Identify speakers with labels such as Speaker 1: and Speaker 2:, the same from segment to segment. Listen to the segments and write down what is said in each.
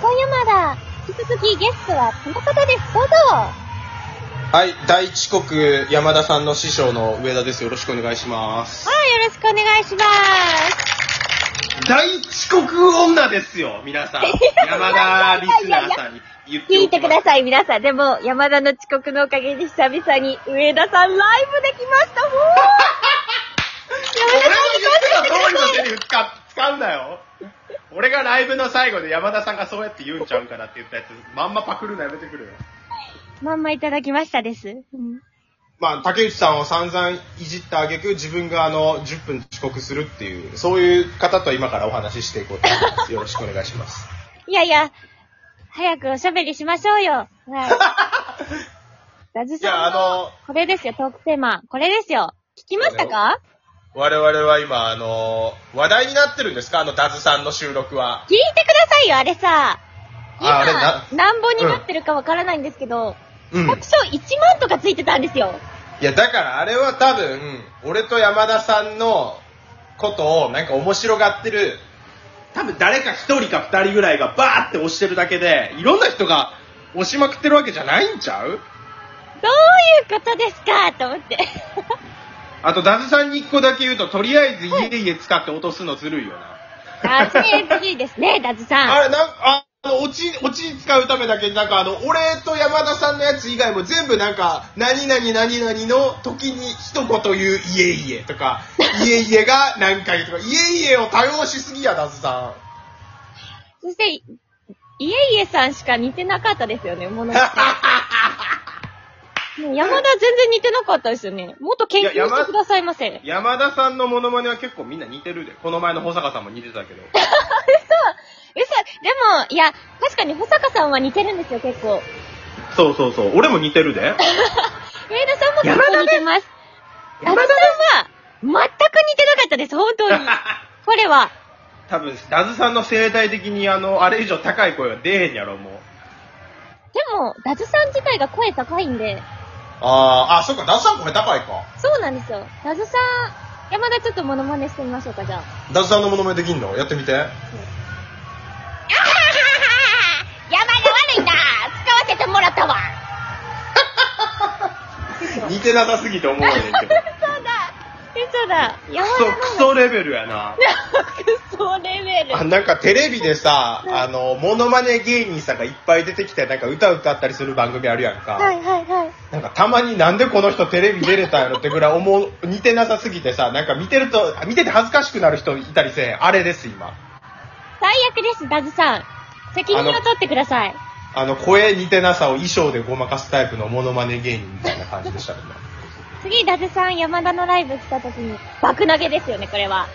Speaker 1: 今夜まだ、引き続きゲストはこの方です。どうぞ
Speaker 2: はい、第一国山田さんの師匠の上田です。よろしくお願いします。
Speaker 1: はい、よろしくお願いします。
Speaker 2: 第一国女ですよ、皆さん。山田リスナーさんに言って
Speaker 1: 聞
Speaker 2: お
Speaker 1: いて
Speaker 2: き
Speaker 1: く
Speaker 2: ま
Speaker 1: だ
Speaker 2: す。
Speaker 1: さい、皆さん。でも、山田の遅刻のおかげで久々に上田さんライブできました。もう
Speaker 2: 俺
Speaker 1: 山田さんに
Speaker 2: の
Speaker 1: 感謝してて
Speaker 2: 言った通りのセリフ使使うんだよ。俺がライブの最後で山田さんがそうやって言うんちゃうんかなって言ったやつ、まんまパクるのやめてくれよ。
Speaker 1: まんまいただきましたです。うん
Speaker 2: まあ、竹内さんを散々いじった挙句自分があの、10分遅刻するっていう、そういう方と今からお話ししていこうと思います。よろしくお願いします。
Speaker 1: いやいや、早くおしゃべりしましょうよ。 はい。ラジ
Speaker 2: じゃ
Speaker 1: さんの、
Speaker 2: あ、あの、
Speaker 1: これですよ、トークテーマ。これですよ。聞きましたか
Speaker 2: 我々は今、あの話題になってるんですかあの、ダズさんの収録は。
Speaker 1: 聞いてくださいよ、あれさ。今、
Speaker 2: ああれな
Speaker 1: なんぼになってるかわからないんですけど、
Speaker 2: うん
Speaker 1: 百姓1万とかついてたんですよ。
Speaker 2: いや、だからあれは多分、俺と山田さんのことを、なんか面白がってる、多分誰か一人か二人ぐらいがバーって押してるだけで、いろんな人が押しまくってるわけじゃないんちゃう
Speaker 1: どういうことですかと思っ て。
Speaker 2: あと、ダズさんに一個だけ言うと、とりあえず家々使って落とすのずるいよな。
Speaker 1: あ、CSG ですね、ダズさん。
Speaker 2: あれ、なんか、あの、オチ、オチ使うためだけになんかあの、俺と山田さんのやつ以外も全部なんか、何々何々の時に一言言う家々と か、家々が何回とか、家々を多用しすぎや、ダズさ
Speaker 1: そして、いいえいえさんしか似てなかったですよね、 ものもう山田全然似てなかったですよね。もっと研究
Speaker 2: いや山
Speaker 1: してくださいませ。
Speaker 2: ん。山田さんのモノマネは結構みんな似てるで。この前の保坂さんも似てたけど。
Speaker 1: 嘘、でも、いや、確かに保坂さんは似てるんですよ、結構。
Speaker 2: そうそうそう。俺も似てるで。
Speaker 1: 上田さんも結構似てます。ダズさんは、全く似てなかったです、本当 に。これは。
Speaker 2: 多分、ダズさんの生態的にあの、あれ以上高い声は出えへんやろ、もう。
Speaker 1: でも、ダズさん自体が声高いんで、
Speaker 2: あー、あ、そっか、ダズさん声高いか。
Speaker 1: そうなんですよ。ダズさん、山田ちょっとモノマネしてみましょうか、じゃあ。
Speaker 2: ダズさんのモノマネできんのやってみて。
Speaker 1: あはははは 山が悪いな使わせてもらったわ
Speaker 2: 似てなさすぎて思わねんけど。
Speaker 1: 嘘だ嘘だ
Speaker 2: クソ、ク ソレベルやな。
Speaker 1: クソレベル
Speaker 2: あなんかテレビでさ、あの、モノマネ芸人さんがいっぱい出てきて、なんか歌歌ったりする番組あるやんか。
Speaker 1: はいはいはい
Speaker 2: なんかたまになんでこの人テレビ出れたんやろってぐらい思う、似てなさすぎてさ、なんか見てると、見てて恥ずかしくなる人いたりせえへん。あれです、今。
Speaker 1: 最悪ですダズさん責任を取ってください
Speaker 2: あの、声似てなさを衣装でごまかすタイプのモノマネ芸人みたいな感じでしたね。
Speaker 1: 次ダズさん山田のライブ来た時に爆投げですよねこれは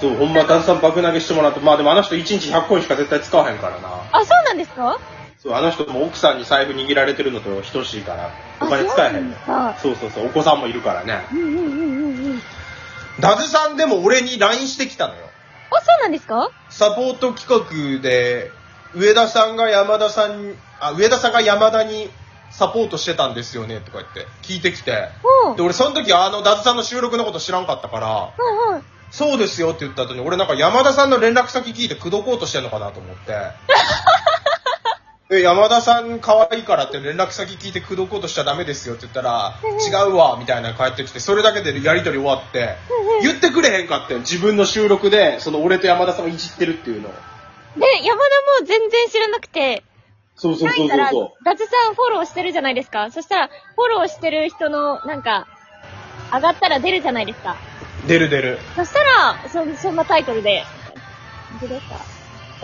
Speaker 2: そう、ほんま、ダンさん爆投げしてもらって、まあでもあの人1日100コインしか絶対使わへんからな。
Speaker 1: あそうなんですか
Speaker 2: そう、あの人も奥さんに財布握られてるのと等しいから、お金使えへんねん
Speaker 1: あそうなんだ
Speaker 2: そうそうそう、お子さんもいるからね。
Speaker 1: うんうんうんうんうん
Speaker 2: ダズさんでも俺に LINE してきたのよ。
Speaker 1: あそうなんですか
Speaker 2: サポート企画で、上田さんが山田さんに、あ、上田さんが山田にサポートしてたんですよね、とか言って、聞いてきて。
Speaker 1: うんうん
Speaker 2: で、俺その時あの、ダズさんの収録のこと知らんかったから、
Speaker 1: うん
Speaker 2: そうですよって言った後に、俺なんか山田さんの連絡先聞いて口説こうとしてんのかなと思 って。え、山田さん可愛いからって連絡先聞いて口説こうとしちゃダメですよって言ったら、違うわ、みたいなの返ってきて、それだけでやりとり終わって、言ってくれへんかって、自分の収録で、その俺と山田さんをいじってるっていうの。
Speaker 1: で山田も全然知らなくて
Speaker 2: そうそう
Speaker 1: 書
Speaker 2: そ
Speaker 1: いうた
Speaker 2: そう
Speaker 1: ら
Speaker 2: そ、
Speaker 1: ダズさんフォローしてるじゃないですか。そしたら、フォローしてる人の、なんか、上がったら出るじゃないですか。
Speaker 2: う。出る出る。
Speaker 1: そしたら、そ、そんなタイトルで。本当ですか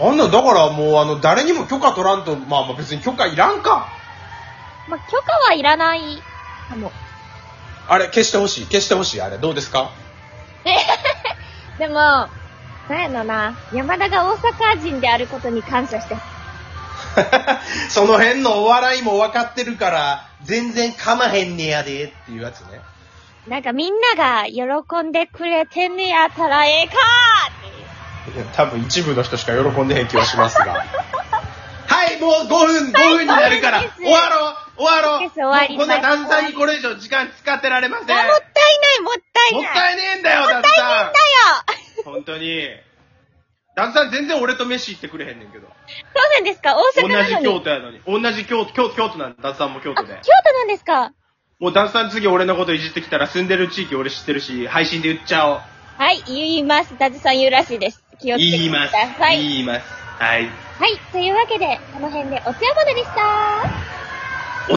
Speaker 2: あんなんだからもうあの、誰にも許可取らんと、まあまあ別に許可いらんか。
Speaker 1: まあ、許可はいらないかも。
Speaker 2: あれ、消してほしい、消してほしい、あれ、どうですか
Speaker 1: でも、なんやろな、山田が大阪人であることに感謝して。
Speaker 2: その辺のお笑いも分かってるから、全然かまへんねやでっていうやつね。
Speaker 1: なんかみんなが喜んでくれてんねやったらええかーっていう。
Speaker 2: 多分一部の人しか喜んでへん気はしますが。 はい、もう5分、5分になるから、
Speaker 1: はいそうです
Speaker 2: 終わろう、終わろ
Speaker 1: そう
Speaker 2: う。
Speaker 1: です終わり
Speaker 2: もうこんな
Speaker 1: 終わり
Speaker 2: 段差にこれ以上時間使ってられません。
Speaker 1: あ、もったいない、もったいない。
Speaker 2: もったいねえんだよ、段
Speaker 1: もったいねえんだ
Speaker 2: 差。
Speaker 1: よ
Speaker 2: 本当に。旦那さん全然俺と飯行ってくれへんねんけど。
Speaker 1: そうなんですか大
Speaker 2: 同
Speaker 1: 阪な
Speaker 2: じ
Speaker 1: のに。
Speaker 2: 京都やのに。同じ京都、京都、京都なんだ。旦那さんも京
Speaker 1: あ、
Speaker 2: 都
Speaker 1: 京
Speaker 2: で。
Speaker 1: 都なんですか
Speaker 2: もう旦那さん次俺のこといじってきたら住んでる地域俺知ってるし、配信で言っちゃおう。
Speaker 1: はい、言います。ダズさん言うらしいです。気をつけ
Speaker 2: 言
Speaker 1: て
Speaker 2: い
Speaker 1: くだ
Speaker 2: ます。
Speaker 1: さい。
Speaker 2: 言います。はい。
Speaker 1: はい、というわけで、この辺でおつやまででした。